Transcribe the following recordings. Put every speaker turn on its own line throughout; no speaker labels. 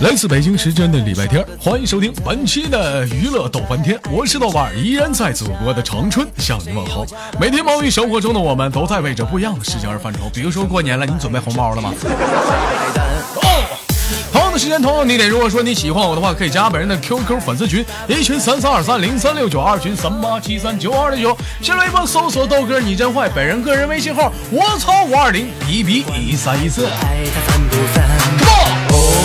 来自北京时间的礼拜天，欢迎收听本期的娱乐逗翻天，我是豆瓣儿，依然在祖国的长春向您问候。每天忙于生活中的我们，都在为着不一样的事情而犯愁。比如说过年了，你准备红包了吗？同样的时间，同样地点。如果说你喜欢我的话，可以加本人的 QQ 粉丝群，一群三三二三零三六九，二群三八七三九二六九。新浪微博搜索豆哥你真坏，本人个人微信号我操五二零一比一三一四。
爱它烦不烦？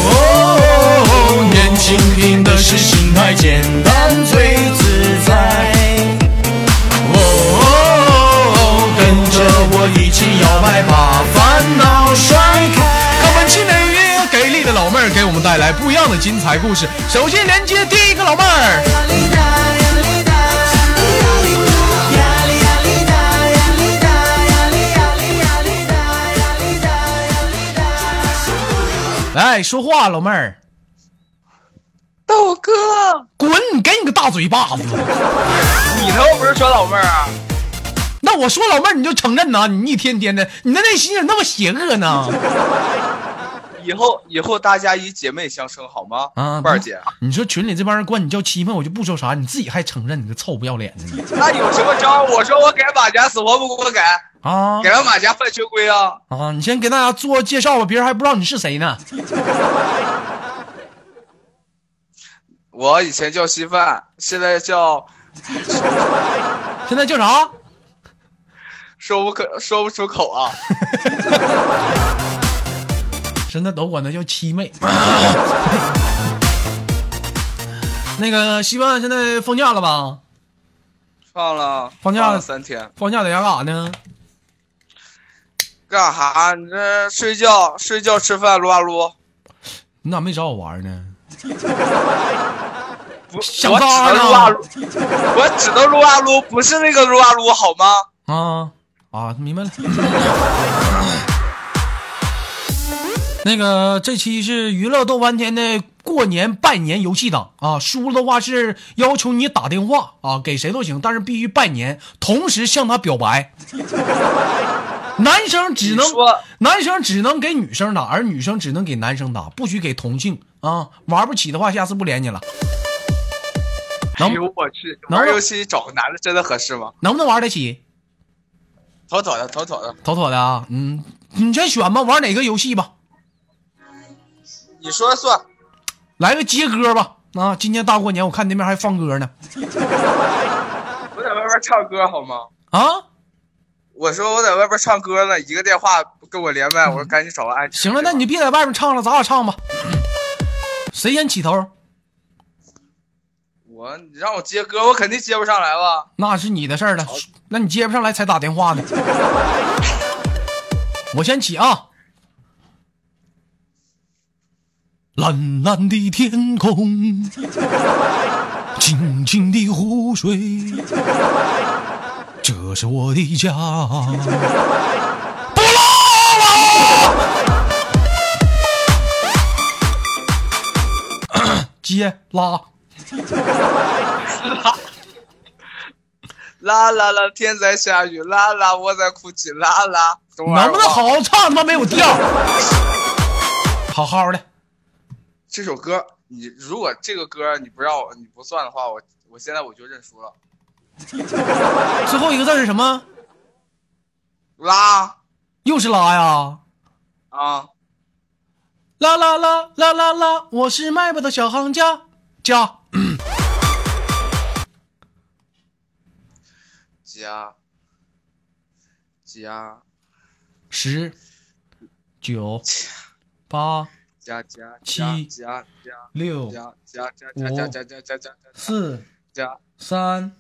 哦，年轻拼的是心态，简单最自在。哦，跟着我一起摇摆，把烦恼甩开。看本期美约给力的老妹儿给我们带来不一样的精彩故事。首先连接第一个老妹儿。来哎说话，老妹儿，
豆哥，
滚！你给你个大嘴巴子！
你他妈不是说老妹儿啊？
那我说老妹儿你就承认呐，你一天天的，你的内心怎么那么邪恶呢？
以后以后大家以姐妹相称好吗？
啊，
伴儿姐，
你说群里这帮人管你叫欺负，我就不说啥，你自己还承认，你个臭不要脸的你
那有什么招？我说我改马甲，死活不给我改，
啊
改完马甲犯群规啊！
啊！你先给大家做介绍吧，别人还不知道你是谁呢。
我以前叫稀饭，现在叫
现在叫啥？
说不可说不出口啊！
现在都管她叫七妹。 那个希望现在放假了吧？
放了
放假了
了三天，
放假在家干啥呢？
干啥？你这睡觉睡觉吃饭撸啊撸，
你咋没找我玩呢？
不，我只
想当然
能
了
撸啊撸，我只能撸啊撸，不是那个撸啊撸好吗？
啊啊，明白了。 那个，这期是娱乐豆翻天的过年拜年游戏档啊，输了的话是要求你打电话啊，给谁都行，但是必须拜年，同时向他表白。男生只能
你说
男生只能给女生打，而女生只能给男生打，不许给同性啊。玩不起的话，下次不连你了。能
哎呦我去，
能
玩游戏找个男的真的合适吗？
能不能玩得起？
妥妥的，妥妥的。
妥妥的啊，嗯，你先选吧，玩哪个游戏吧？
你说了算，
来个接歌吧。啊，今年大过年，我看那边还放歌呢。
我在外边唱歌好吗？
啊，
我说我在外边唱歌呢，一个电话不跟我连麦，我说赶紧找个安静
行了，
的地
那
方。
你就别在外面唱了，咱俩唱吧。嗯谁先起头？
我你让我接歌，我肯定接不上来吧？
那是你的事儿了。那你接不上来才打电话呢。 我先起啊。蓝蓝的天空，清清的湖水，这是我的家。 接拉，
啦啦啦，天在下雨，啦啦，我在哭泣，啦啦。懂我
能不能好
吗？
好唱？他妈没有调，好好的。
这首歌，你如果这个歌你不让我，你不算的话，我我现在我就认输了。
最后一个字是什么？
啦
又是拉呀！
啊，
啦啦啦啦啦啦！我是卖报的小行家家。
加加
十、九、八、
加加
七
加加
六、
加加加加加加加加加加
四、
加。
三、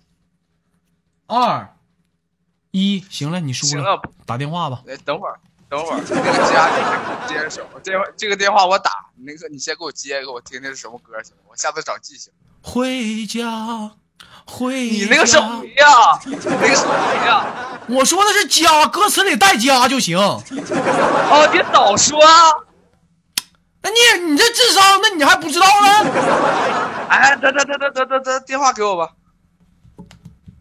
二、一，行了，你输
行啊
了
了，
打电话吧。
哎，等会儿，等会儿，那个家你先给我接着手，这会这个电话我打，那个你先给我接，给我听听是什么歌行吗？我下次找记性。
回家，回家。
你那个什么呀？你那个什么呀？
我说的是家，歌词里带家就行。
哦，你早说啊！
那你你这智商，那你还不知道呢？
哎，等等等等等等等，电话给我吧。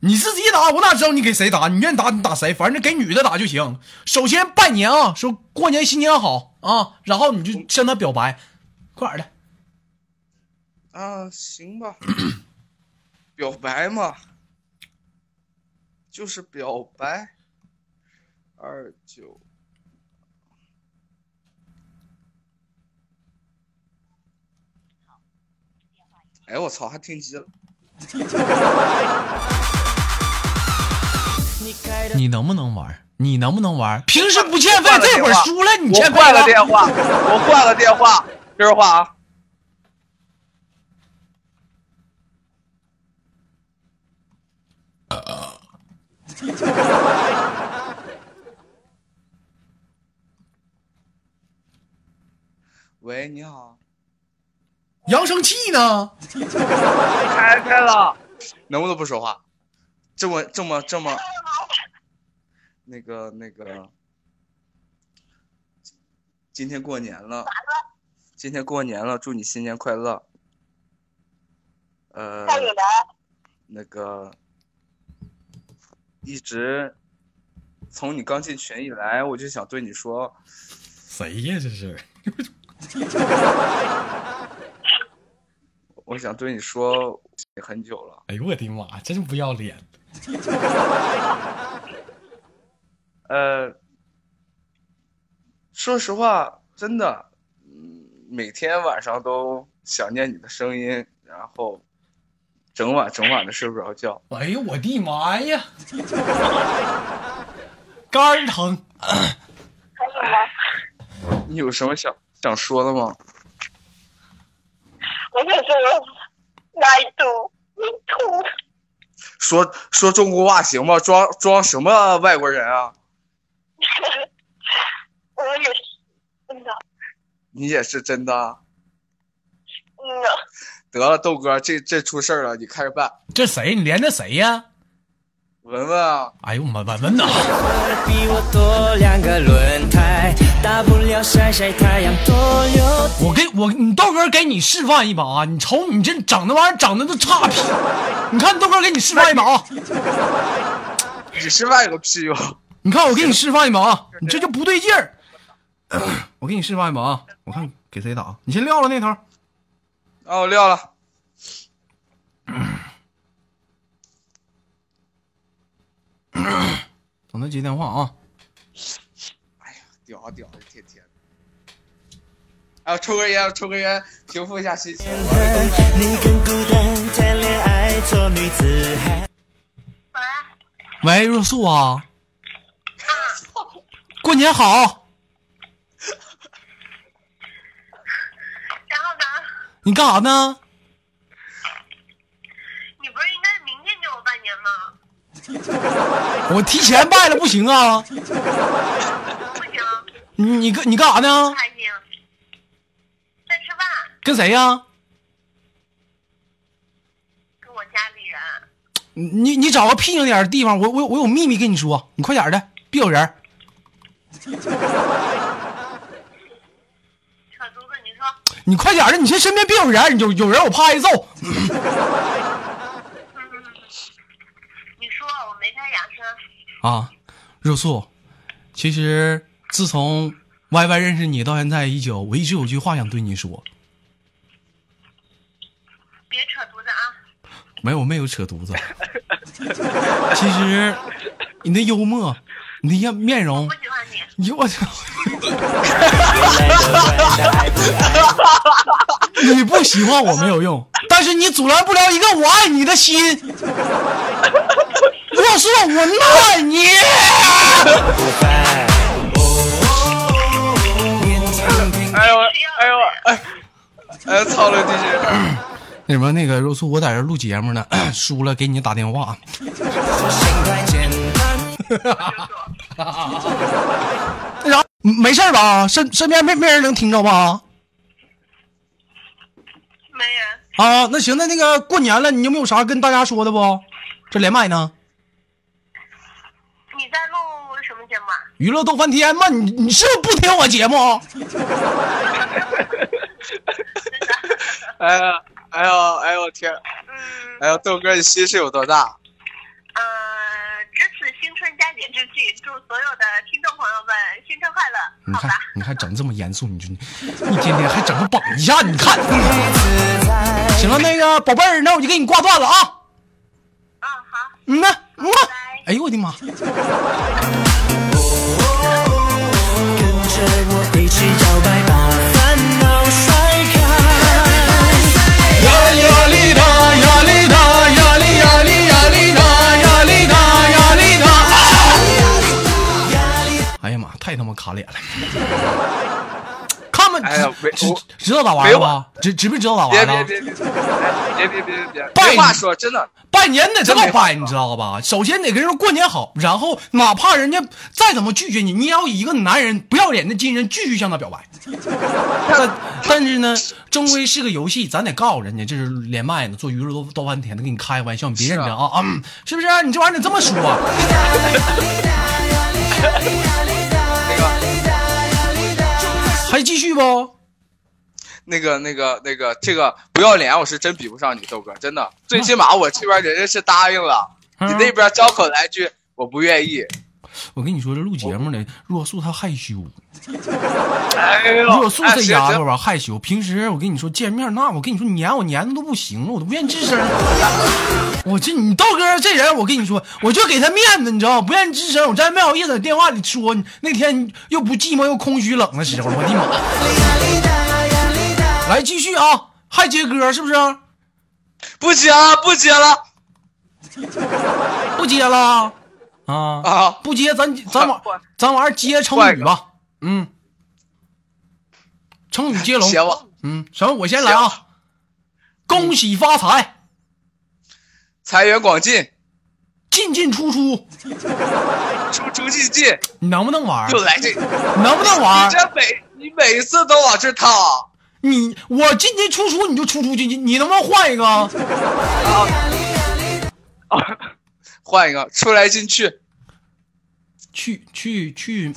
你自己打，我哪知道你给谁打？你愿意打你打谁，反正给女的打就行。首先嗯拜年啊，说过年新年好啊，然后你就向她表白，快点的，
啊，行吧，表白嘛，就是表白，二九，哎我操，还停机了，
你能不能玩？你能不能玩？平时不欠费
换，了
这
电
会儿
话
输了你
我
欠费
换
了
个。电话，我换个电话，这是话啊，喂，你好，
扬声器呢？
开开了，能不能不说话？这么这么这么，那个那个，今天过年了，今天过年了，祝你新年快乐。呃，
大勇的，
那个，一直从你刚进群以来，我就想对你说，
谁呀？这是
我想对你说很久了。
哎呦我的妈，真不要脸！
呃，说实话，真的，嗯，每天晚上都想念你的声音，然后整晚整晚的睡不着觉。
哎呦我的妈呀！ 肝儿疼。
可以吗？
你有什么想想说的吗？
我想说，我哪一度你吐？
说说中国话行吗？装装什么外国人啊？
我也是，真的，
你也是真的啊？
嗯呐，
得了，豆哥，这这出事儿了，你开始办。
这谁？你连着谁呀？
文文啊，
哎呦我文文呐！
比我多两个轮胎，大不了晒晒太阳，多留
我给我你豆哥给你示范一把啊！你瞅你这整那玩意儿整的都差屁！你看豆哥给你示范一把啊！
你是外个屁啊哟！
你看我给你示范一把啊！你这就不对劲儿。 我给你示范一把啊！我看给谁打？你先撂了那头。
啊，我撂了。
等他接电话啊！
哎呀，屌啊屌啊，一天天的。啊，抽根烟，抽根烟，平复一下心情。
痕。你更孤单，谈恋爱做女子汉。
喂，若素啊，过年好！
然后呢？
你干啥呢？
你不是应该明天给我拜年吗？
我提前拜了不行啊！
不行，
你你干你干啥呢
不？开心，在吃饭，
跟谁呀、
跟我家里人。
你你你找个僻静点儿的地方，我我有我有秘密跟你说，你快点儿的，别有人儿。
扯犊子，你说
你快点儿的，你这身边别有人儿，你就有人我怕挨揍。
你说我没开养生，
啊，若素，其实自从 Y Y 认识你到现在已久，我一直有句话想对你说，
别扯犊子啊！
没有没有扯犊子。其实你的幽默，你的面面容
不，喜欢你，
你我操，
原来的晚上爱不爱？
你不喜欢我没有用，但是你阻拦不了一个我爱你的心。若素，我那爱你。
不败。
哎呦，哎呦，哎，哎，操了地址！
那什么，那个若素，我在这录节目呢，输了给你打电话。那啥，没事儿吧？身身边没没人能听着吧？
没人。
啊，那行，那那个过年了，你有没有啥跟大家说的不？这连麦呢，
你在录什么节目啊？
娱乐逗翻天嘛，你你是不是不听我节目？
哎呀，哎呦，哎呦天，
嗯，
哎呦豆哥，你心是有多大？
呃，值此新春佳节之际，剧，祝所有的听众朋友们新春快乐，
你
好
看
吧？，
你看整这么严肃，你就你一天天还整个绑一下，你 看。行了，那个宝贝儿，那我就给你挂断了啊。
嗯，好，
嗯呐，嗯呐
拜拜。
哎呦我的妈！
跟着我一起摇摆，把烦恼甩开。
呀哩呀哩哒，呀哩哒，呀哩呀哩呀哩哒，呀哩哒呀哩哒。哎呀妈，太他妈卡 脸了！看吧，
哎呀没
知
我
知道咋玩
没
了
我
吧？知知不知道咋
别
玩
别
了？
别别别别别别别别！
拜
没话说，真的，
拜年得这
真
么
没法
拜，你知道吧？首先得跟人过年好，然后哪怕人家再怎么拒绝你，你也要以一个男人不要脸的精神继续向他表白。但但是呢，终归是个游戏，咱得告诉人家这是连麦呢，做娱乐多多半天的，跟你开玩笑，你别认真啊啊、嗯是不是、你这玩意儿得这么说、啊
那个。
还继续不？
那个、那个、那个，这个不要脸，我是真比不上你，豆哥，真的。最起码我这边人家是答应了，
嗯
你那边张口来一句我不愿意。
我跟你说，这录节目呢，若素他害羞，
哎呦
若素这丫头
吧，
吧害羞。平时我跟你说见面那，我跟你说撵我撵的都不行了， 我都不愿意吱声。我这你豆哥这人，我跟你说，我就给他面子，你知道吗？不愿意吱声，我真没好意思在电话里说。那天又不寂寞又空虚冷的时候，我的妈！ 来继续啊，还接歌是不是？
不接了，不接了
不接了啊
啊！
不接，咱咱玩
换
咱玩接成
换一
语
个
吧。嗯，成语接龙。
写我
嗯，行，我先来啊。恭喜发财，
财源广进，
进进出出，
出出进进，
你能不能玩？
又来这，你
能不能玩？
这每你每次都往这套
你我进进出出，你就出出进进，你能不能换一个？
啊！换一个，出来进去，
去去去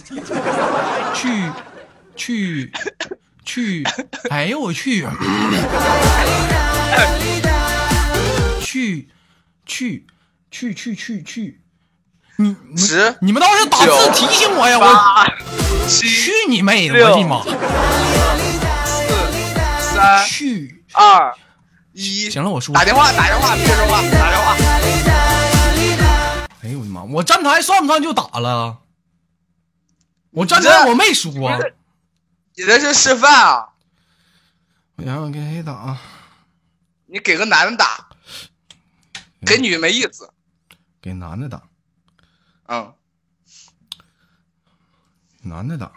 去去去！哎呦我去！去去去去去去！你你
十
你们倒是打字
九
提醒我呀！我
八七
去你妹的！我的妈！
四三
去！
二一，
行了，我输了
打。电话，打电话，别说话，打电话。
哎呦我的妈！我站台算不算就打了？我站
你
台
这
我没输啊！
你这是示范啊！
我想想跟谁打啊？
你给个男的打，
嗯
给女没意思。
给男的打，
嗯，
男的打。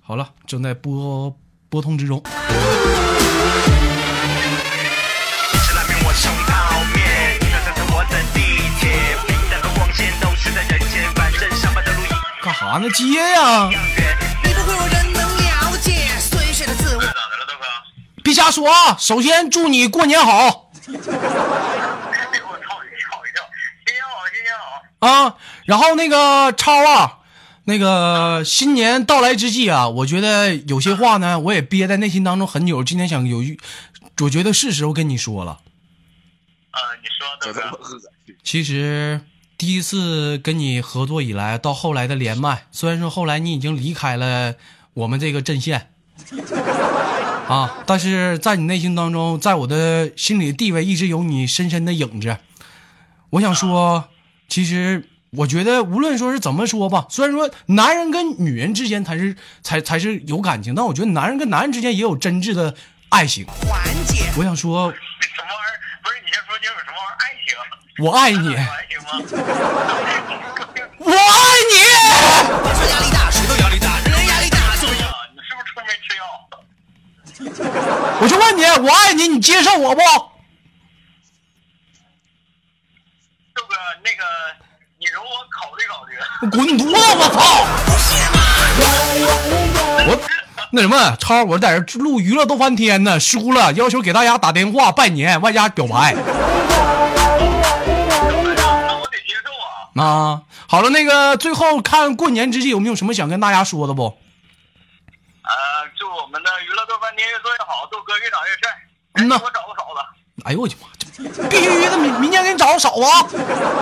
好了，正在播播通之中。
拉面我冲泡面，你的站着我等地铁，平淡和光鲜都是在人间，反正上班的路一
干啥呢？接呀、
样远。
你不会，我真能了解。碎碎的自我，
咋的了，大哥？
别瞎说啊！首先祝你过年好
我操，你吓我一跳！新年好，新年好！
啊！然后那个超啊，那个新年到来之际啊，我觉得有些话呢，我也憋在内心当中很久，今天想有一，我觉得是时候跟你说了。
呃，你说
这
对不
他
对？
妈恶心。
其实第一次跟你合作以来，到后来的连麦，虽然说后来你已经离开了我们这个阵线。啊！但是在你内心当中，在我的心里的地位一直有你深深的影子。我想说，其实我觉得无论说是怎么说吧，虽然说男人跟女人之间才是才才是有感情，但我觉得男人跟男人之间也有真挚的爱情。
缓解
我想说，
你什么玩意儿？不是你先说清楚什么玩意儿？爱 情？
我爱
有爱情吗？
你，我爱你。
我说压力大，石头压力大，人压力大，所以
对呀，你是不是出没吃药？
我就问你，我爱你，你接受我不？
这个那个，你容我考虑考虑。
滚犊子！我操！我那什么，超，我在这录娱乐都翻天呢，输了，要求给大家打电话拜年，外加表白
那我得接受啊！
啊。好了，那个最后看过年之际有没有什么想跟大家说的不？
呃，祝我们的娱乐豆瓣天越做越好，豆哥越长越帅。
嗯呐
我找个嫂子。
哎呦我去妈，这必须的，明明天给你找个少啊！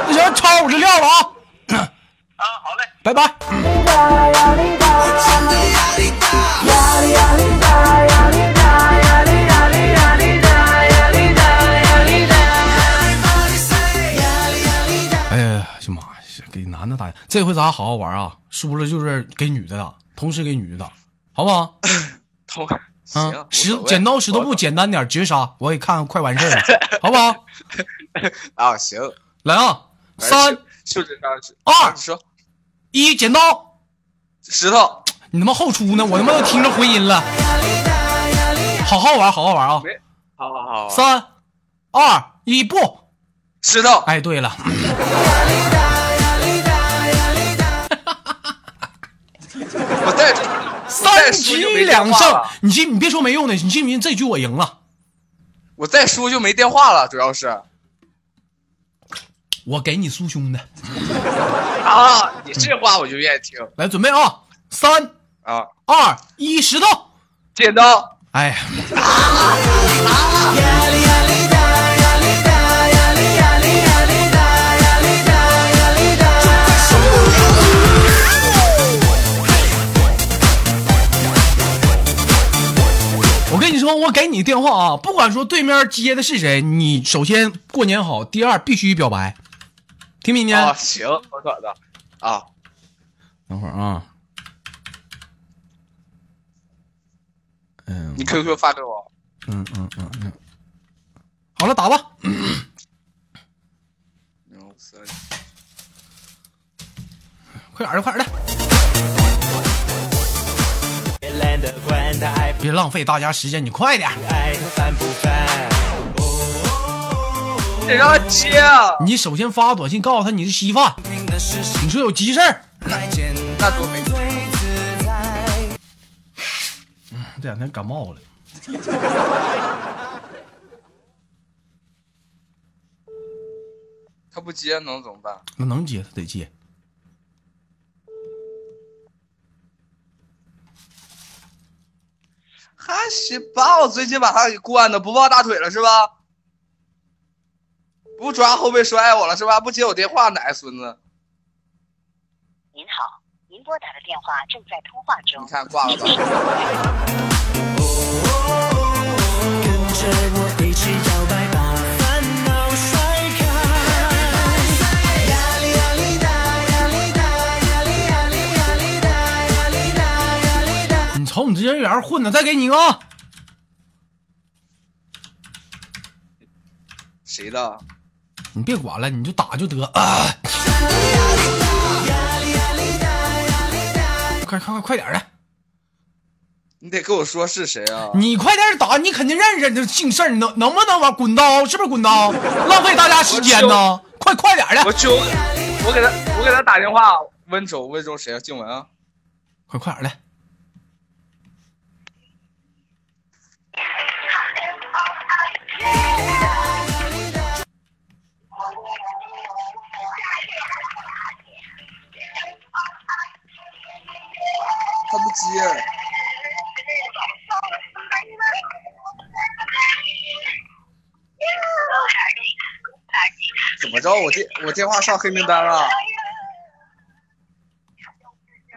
那行，超我这料了啊，
啊，好嘞。
拜拜。
真的压力大。
哎呀，去妈呀，给男的打，这回咱好好玩啊！输了就是给女的打，同时给女的打，好不好？
通
啊
行，，
石剪刀石头布简单点，绝杀！我也看看快完事儿 了，好不好？
啊，行，
来啊，
哎
三
就这张纸啊
二
你说
一，剪刀！
石头
你他妈后出呢，我他妈又听着回音了。好好玩，好好玩啊！
没，啊好好好，
三二一，不！
石头
哎，对了，
嗯我再出我
三
再输
局
就没
两
电话
胜
了，，
你信？你别说没用的，你信不信？这局我赢了。
我再输就没电话了，主要是
我给你酥胸的，
啊，你这话我就愿意听
来准备啊！三
啊，
二一，石头！
剪刀
哎呀，我跟你说，我给你电话啊，不管说对面接的是谁，你首先过年好，第二必须表白，听没听？
啊，行，妥妥的啊，
等会儿啊，嗯
你 QQ 发给我，
嗯嗯嗯嗯，好了，打吧。
嗯三
快点儿的，快点儿的！
别懒得管他爱
别浪费大家时间，你快点儿！
不爱，他烦不烦。
你得让他接啊，
你首先发短信告诉他你是稀饭，
拼的是
你说有急事儿。
那多没
最自在。
这两天感冒了。
他不接能怎么办？
那能接他得接。
还是把我最近把他给惯的不抱大腿了是吧？不抓后背摔我了是吧？不接我电话，奶孙子！
您好，您拨打的电话正在通话中
你。看挂了吧。
跟着我一起摇摆吧，烦恼甩开。压力压力大，压力大，压力压力压力大，压力大压力大。
你瞅你这人缘混的，再给你一个啊！
谁的？
你别管了，你就打就得。啊、快快快快点儿的！
你得跟我说是谁啊？
你快点儿打，你肯定认识，你这姓甚，能能不能玩滚刀？是不是滚刀？浪费大家时间呢！快快点儿的
我，就我给他我给他打电话，温州温州谁啊？静雯啊？
快快点儿的！
他不接。怎么着？我电我电话上黑名单了？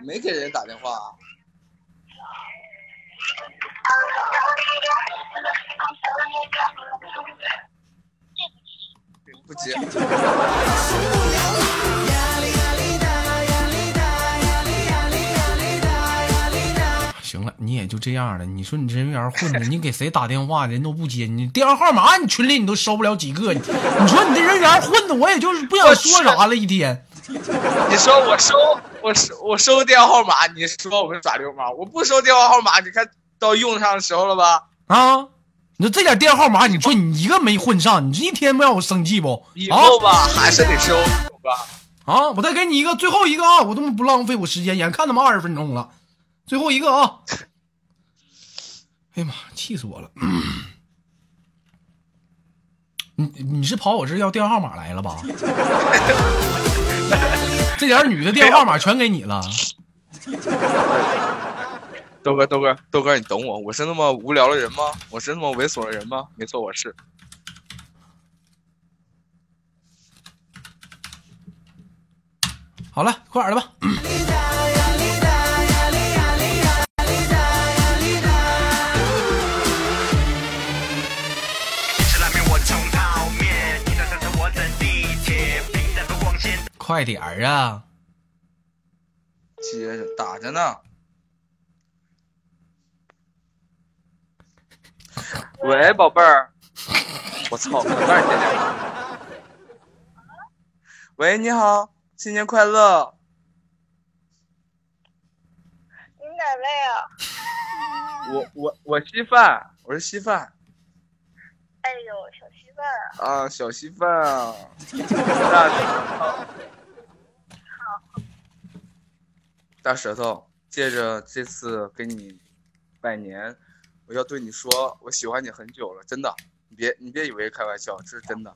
没给人打电话啊。不接。
行了，你也就这样了。你说你这人缘混的，你给谁打电话人都不接，你电话号码你群里你都收不了几个。你你说你这人缘混的，我也就是不想说啥了。一天，
你说我收我收我收电话号码，你说我们耍流氓？我不收电话号码，你看到用上的时候了吧？
啊，你说这点电话号码，你说你一个没混上，你这一天不让我生气不？
以
啊
后吧，还是得收，懂吧？
啊！我再给你一个最后一个啊！我他妈不浪费我时间，眼看他妈二十分钟了，最后一个啊！哎呀妈，气死我了！你你是跑我这要电话号码来了吧？这点儿女的电话号码全给你了。
豆哥，豆哥，豆哥，你懂我，我是那么无聊的人吗？我是那么猥琐的人吗？没错，我是。
好了，快点儿的吧。
吃拉面我冲泡面，你的车是我的地铁，平淡的光线
快点儿啊！
接着打着呢。 喂，宝贝儿，我操，我那你 点儿。喂，你好，新年快乐。
你哪啊位啊？
我我我稀饭，我是稀饭
哎呦，小稀饭啊，
啊，小稀饭啊。大舌头，大舌头，借着这次跟你拜年，我要对你说，我喜欢你很久了，真的，你别你别以为开玩笑，这是真的。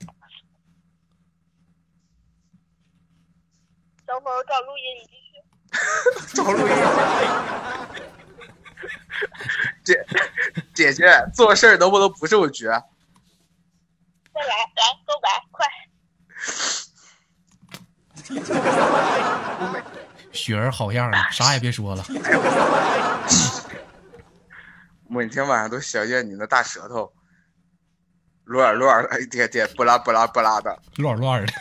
等会儿我找录音，你
找
继续。
录音。姐姐姐做事儿能不能不这么绝？
再来，来，够白，快！
雪儿好样的，啥也别说了。
每天晚上都想见你那大舌头，乱儿乱儿的，一点点哎不拉不拉不拉的。
乱乱的。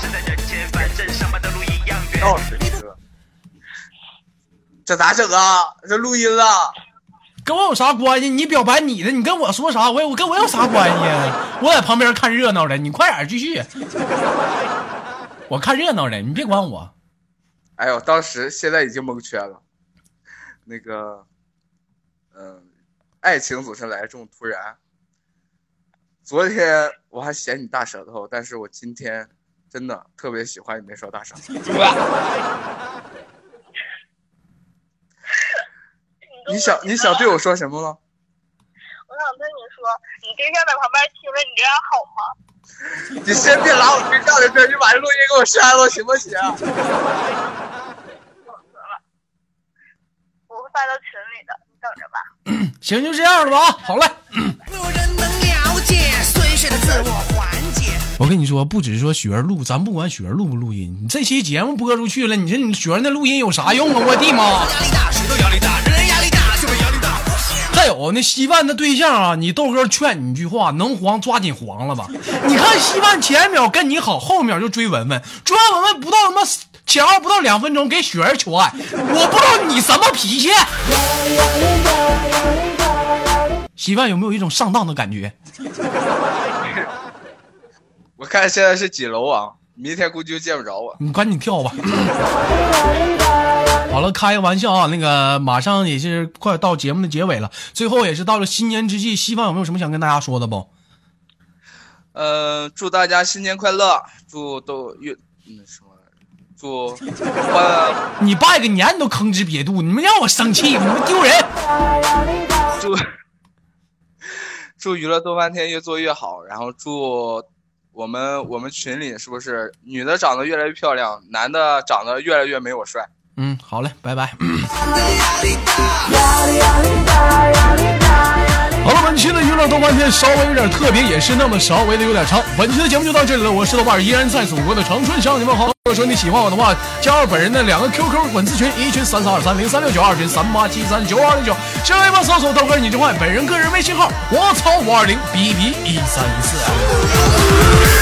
是在人间，反正上班的路一样远。
钥匙一个，这咋整啊？这录音了，
跟我有啥关系？你表白你的，你跟我说啥？我也我跟我有啥关系啊？我在旁边看热闹的，你快点儿继续。我看热闹的，你别管我。
哎呦，当时现在已经蒙圈了。那个，嗯、爱情总是来这么突然。昨天我还嫌你大舌头，但是我今天真的特别喜欢你那双大舌头。
你都
你想
问
你想对我说什么吗？
我想跟你说，你对象在旁边听着，你这样好吗？
你先别拉我对象的事儿，你把这录音给我删了，行不行？啊
我会发到群里的，你等着吧。
行，就这样了吧啊。好嘞。
没有人能了解碎碎的自我缓解。
我跟你说，不只是说雪儿录，咱不管雪儿录不录音，你这期节目播出去了，你说你雪儿那录音有啥用啊？我的妈！
压力大，谁都压力大，人人压力大，就会压力大。
再有那稀饭的对象啊，你豆哥劝你一句话，能黄抓紧黄了吧？ 你看稀饭前一秒跟你好，后一秒就追文文，追完文文不到他妈前后不到两分钟给雪儿求爱，我不知道你什么脾气。 稀饭有没有一种上当的感觉？
我看现在是几楼啊？明天估计就见不着我。
你赶紧跳吧。 好了，开个玩笑啊，那个马上也是快到节目的结尾了，最后也是到了新年之际，希望有没有什么想跟大家说的不？
呃，祝大家新年快乐，祝都月那什么，祝欢
你拜个年你都吭哧瘪肚，你们让我生气，你们丢人。
祝祝娱乐多翻天越做越好，然后祝我们我们群里是不是女的长得越来越漂亮，男的长得越来越没我帅。
嗯，好嘞，拜拜。
压力大，
好了，本期的娱乐动漫天稍微有点特别，也是那么稍微的有点长。本期的节目就到这里了，我是豆瓣，依然在祖国的长春向你们好。如果说你喜欢我的话，加入本人的两个 QQ 粉丝群，一群三三二三零三六九，二群三八七三九二零九，新浪微博搜索豆哥你就坏，本人个人微信号我操五二零 B B 一三一四。啊
不要